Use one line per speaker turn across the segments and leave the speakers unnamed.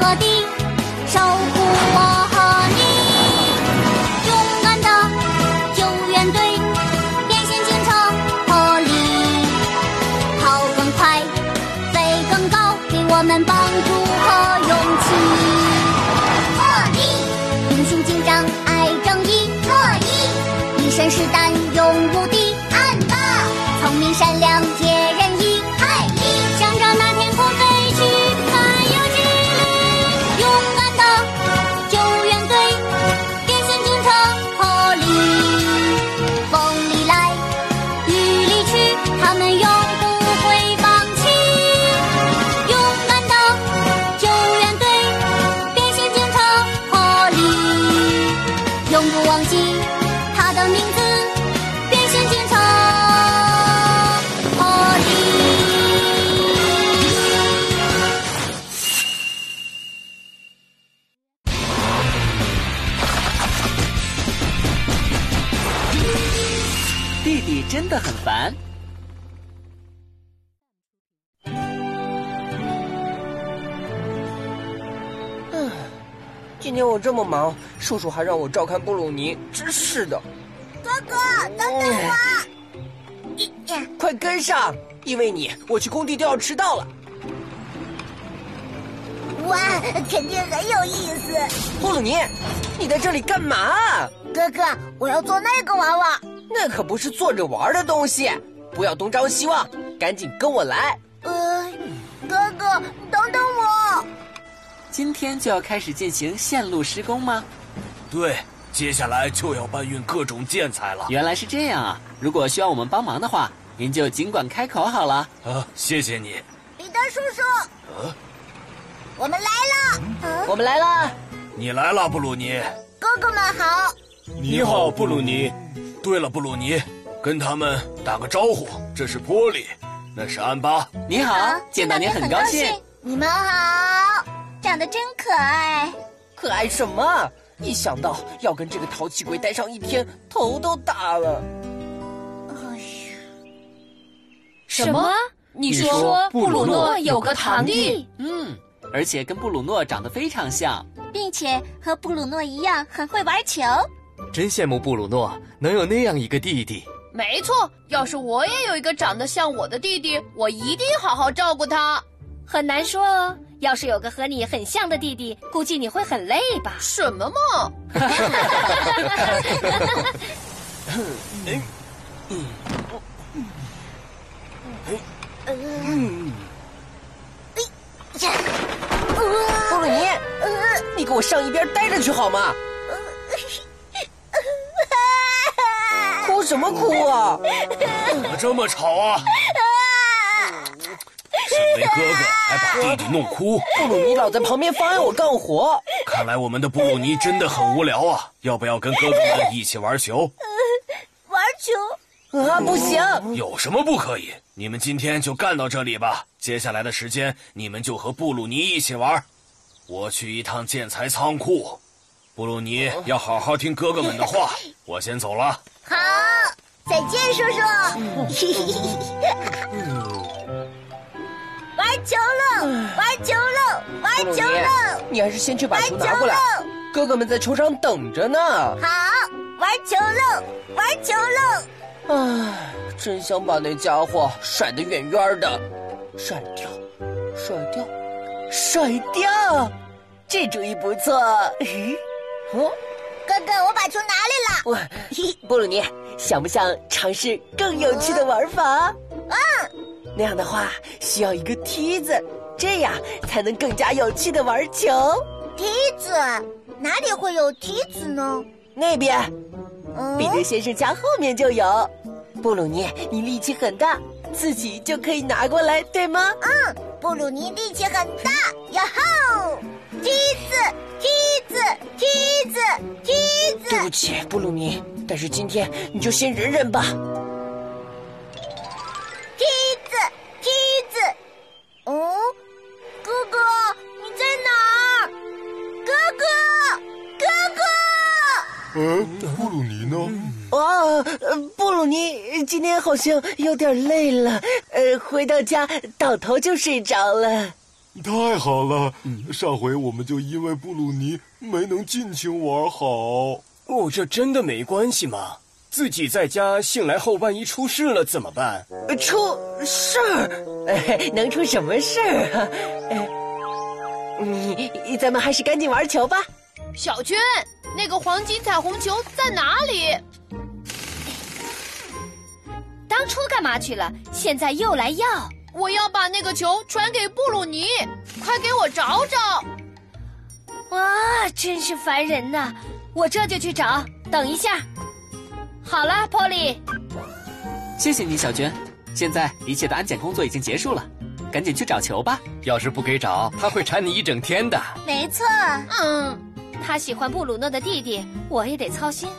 个地，守护我和你。勇敢的救援队，变形警车破例，跑更快，飞更高，给我们帮助和勇气。破例，英雄警长爱正义，乐意，一身是胆勇无敌，暗霸，聪明善良解人意，太一，向着那天空飞去，还有激励，勇敢的救援队，变形警车破例，风里来，雨里去，他们永不会放弃。勇敢的救援队，变形警车破例，永不忘记他的名字，变形警车破例。
弟弟真的很烦。
嗯今天我这么忙，叔叔还让我照看布鲁尼，真是的！
哥哥，等等我！一呀
快跟上，因为你，我去工地都要迟到了。
哇，肯定很有意思。
布鲁尼，你在这里干嘛？
哥哥，我要做那个娃娃。
那可不是坐着玩的东西，不要东张西望，赶紧跟我来。
呃，哥哥，等等我。
今天就要开始进行线路施工吗？
对，接下来就要搬运各种建材了。
原来是这样啊！如果需要我们帮忙的话，您就尽管开口好了。
啊，谢谢你。
彼得叔叔，
啊
我们
嗯
来了。呃
我们来啦！
你来了，布鲁尼。
哥哥们
啊
好，
你好，布鲁尼。对了，布鲁尼，跟他们打个招呼。这是波利，那是安巴。
你好，
啊
见到您很高兴。
呃你们好，长得真可爱。
可爱什么？一想到要跟这个淘气鬼待上一天，头都大了。
哎
什么？你说布鲁诺有个堂弟？
嗯，而且跟布鲁诺长得非常像。
并且和布鲁诺一样很会玩球。
真羡慕布鲁诺能有那样一个弟弟。
没错，要是我也有一个长得像我的弟弟，我一定好好照顾他。
很难说哦。要是有个和你很像的弟弟，估计你会很累吧？
什么嘛？
呀，呃
布鲁尼，嗯你给我上一边待着去好 吗？哭什么哭啊？
怎么这么吵啊？身为哥哥还把弟弟弄哭，
布鲁尼老在旁边妨碍我干活。
看来我们的布鲁尼真的很无聊啊！要不要跟哥哥们一起玩球？
玩球。
啊，不行！
有什么不可以？你们今天就干到这里吧。接下来的时间，你们就和布鲁尼一起玩。我去一趟建材仓库，布鲁尼要好好听哥哥们的话。
哦
我先走了。
好，再见，叔叔。玩球喽！玩球喽！
布鲁
玩
尼
球喽！，
哎你还是先去把球拿过来
玩球喽，
哥哥们在球场等着呢。
好，玩球喽！玩球喽！
唉，哎真想把那家伙甩得远远的，甩掉，甩掉，甩掉！这主意不错。咦，哦，
哥哥，我把球拿来了。
我布鲁尼，想不想尝试更有趣的玩法？嗯，那样的话需要一个梯子，这样才能更加有趣的玩球。
梯子哪里会有梯子呢？
那边，
嗯
彼得先生家后面就有。布鲁尼，你力气很大，自己就可以拿过来，对吗？
布鲁尼力气很大，呀吼！梯子，梯子，梯子，梯
对不
子。
起，布鲁尼，但是今天你就先忍忍吧。
梯子，梯子。哦，哥哥，你在哪儿？哥哥，哥哥，
呃
布鲁尼呢？
哦，呃布鲁尼今天好像有点累了，呃，回到家倒头就睡着了。
太好了，上回我们就因为布鲁尼没能尽情玩好。
哦，这真的没关系吗？自己在家醒来后，万一出事了怎么办？
出事儿、 哎，能出什么事儿 啊？哎嗯，咱们还是赶紧玩球吧。
小圈，那个黄金彩虹球在哪里？
当初干嘛去了？现在又来要？
我要把那个球传给布鲁尼，快给我找找！
哇，真是烦人呐！我这就去找。等一下。好了，波利，
谢谢你，小娟。现在一切的安检工作已经结束了，赶紧去找球吧。
要是不给找，他会缠你一整天的。
没错，啊
嗯，他喜欢布鲁诺的弟弟，我也得操心。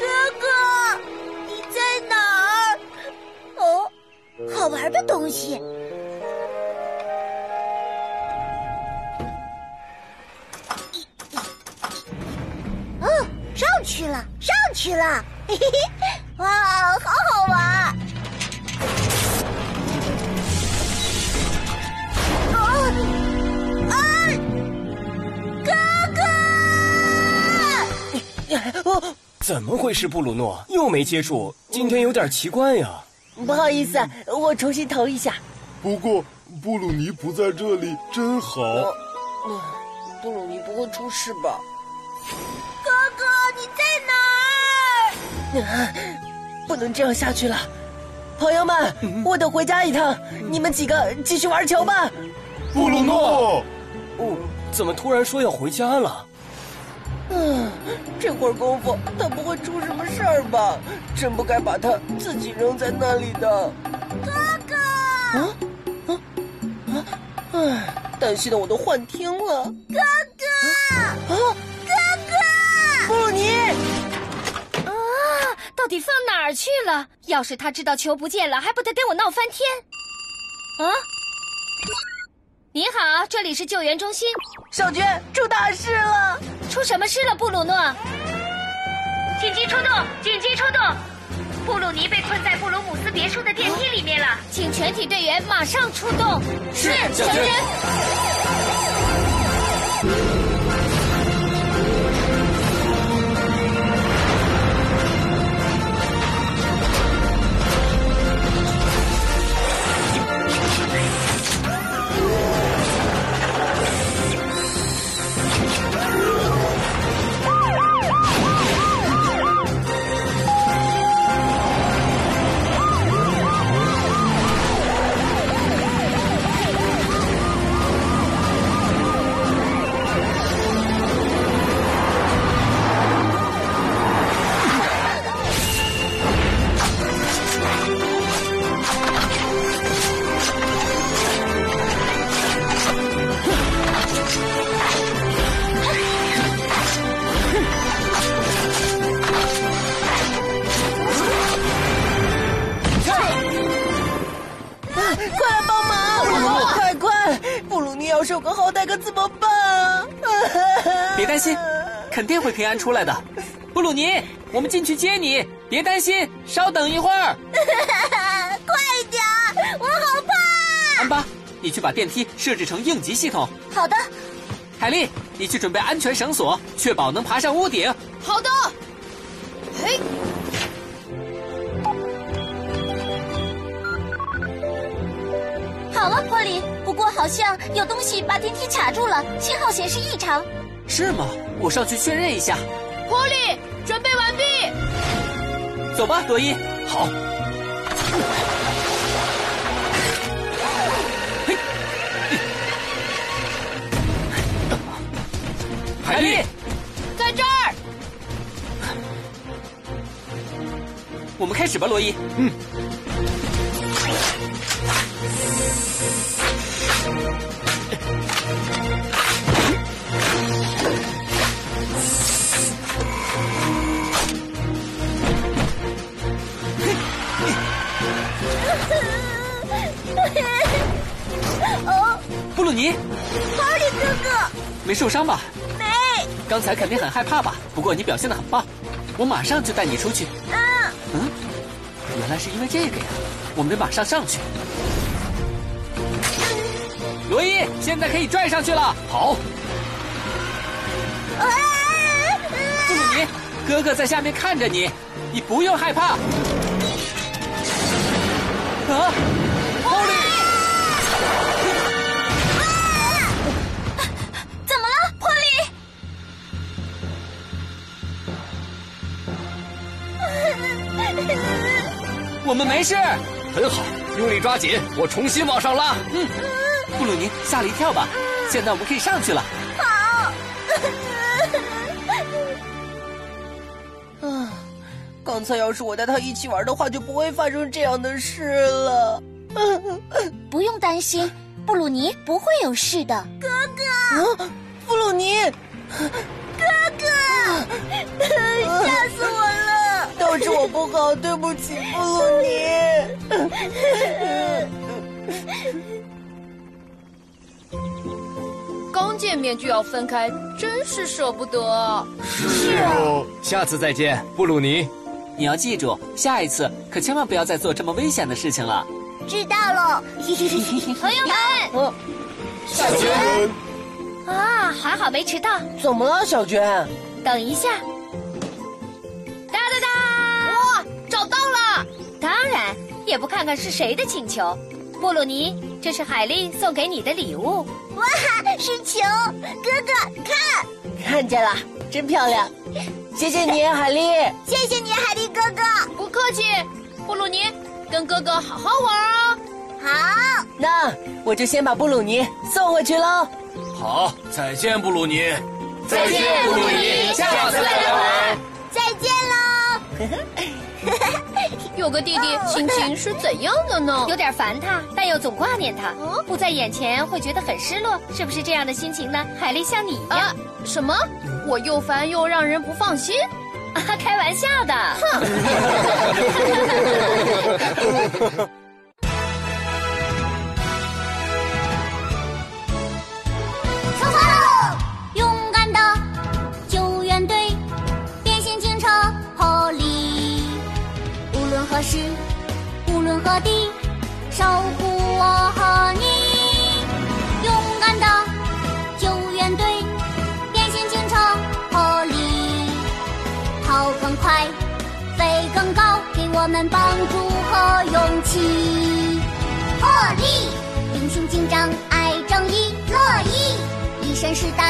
哥哥，你在哪儿？哦，好玩的东西。哦，上去了，上去了， 嘿嘿嘿！哇，好好玩！啊啊！哥哥。
哦，怎么回事，布鲁诺？又没接住，今天有点奇怪呀。
不好意思，啊我重新投一下。
不过布鲁尼不在这里真好。
布鲁尼不会出事吧？
哥哥，你在哪儿？
不能这样下去了。朋友们， 我得回家一趟，你们几个继续玩球吧。
布鲁诺，
哦，怎么突然说要回家了？
嗯，这会儿功夫他不会出什么事儿吧？真不该把他自己扔在那里的。哥哥，啊啊啊！唉，担心的我都幻听了。哥哥，啊，哥哥，布鲁尼，
啊，到底放哪儿去了？要是他知道球不见了，还不得跟我闹翻天？啊！您好，这里是救援中心，
小娟出大事了！
出什么事了，布鲁诺？紧急出动！紧急出动！布鲁尼被困在布鲁姆斯别墅的电梯里面了，请全体队员马上出动。是，小娟。
快来帮忙！快快，布鲁尼要是有个好歹可怎么办啊？
别 担心，肯定会平安出来的。布鲁尼，我们进去接你，别担心，稍等一会儿。
快点儿，我好怕。
安巴，你去把电梯设置成应急系统。
好的，
海莉，你去准备安全绳索，确保能爬上屋顶。
好的。嘿，
好了，波利，不过好像有东西把电梯卡住了，信号显示异常。
是吗？我上去确认一下。
波利，准备完毕。
走吧，罗伊。
好，海丽，
莉
在这儿，
我们开始吧，罗伊。
哦，
布鲁尼，
波利哥哥，
没受伤吧？
没，
刚才肯定很害怕吧？不过你表现的很棒，我马上就带你出去。
嗯，
嗯，原来是因为这个呀，我们得马上上去。现在可以拽上去了，跑！
啊
布鲁尼，哥哥在下面看着你，你不用害怕。啊！奥利！
怎么了，波利？
我们没事。
很好，用力抓紧，我重新往上拉。
嗯，布鲁尼吓了一跳吧？现在我们可以上去了。
好。
啊，刚才要是我带他一起玩的话，就不会发生这样的事了。
不用担心，布鲁尼不会有事的。
哥哥，
啊，布鲁尼，
哥哥， 吓死我了！
都是我不好，对不起，布鲁
尼。
刚见面就要分开，真是舍不得。
是啊，
下次再见，布鲁尼。
你要记住，下一次可千万不要再做这么危险的事情了。
知道了，
朋友们，
小娟
啊，还好没迟到。
怎么了，小娟？
等一下，哒哒哒！哇，
找到了！
当然，也不看看是谁的请求。布鲁尼，这是海莉送给你的礼物。
哇，是球！哥哥，看，
看见了，真漂亮！谢谢你，海莉。
谢谢你，海莉哥哥。
不客气，布鲁尼，跟哥哥好好玩啊、哦！
好，
那我就先把布鲁尼送回去喽。
好，再见，布鲁尼。
再见，布鲁尼，
下次再来玩。再见
喽！有个弟弟，心情是怎样的呢？嗯
有点烦他，但又总挂念他。不在眼前会觉得很失落，是不是这样的心情呢？海丽像你一样。啊、
什么？我又烦又让人不放心？
啊， 开玩笑的。哼
勇敢的救援队，变形警察破例。无论何时，无论何地，守护我和你。勇敢的救援队，变形警察破例。跑更快，飞更高，给我们帮助和勇气。破例，英雄警长爱正义，乐意。一身是胆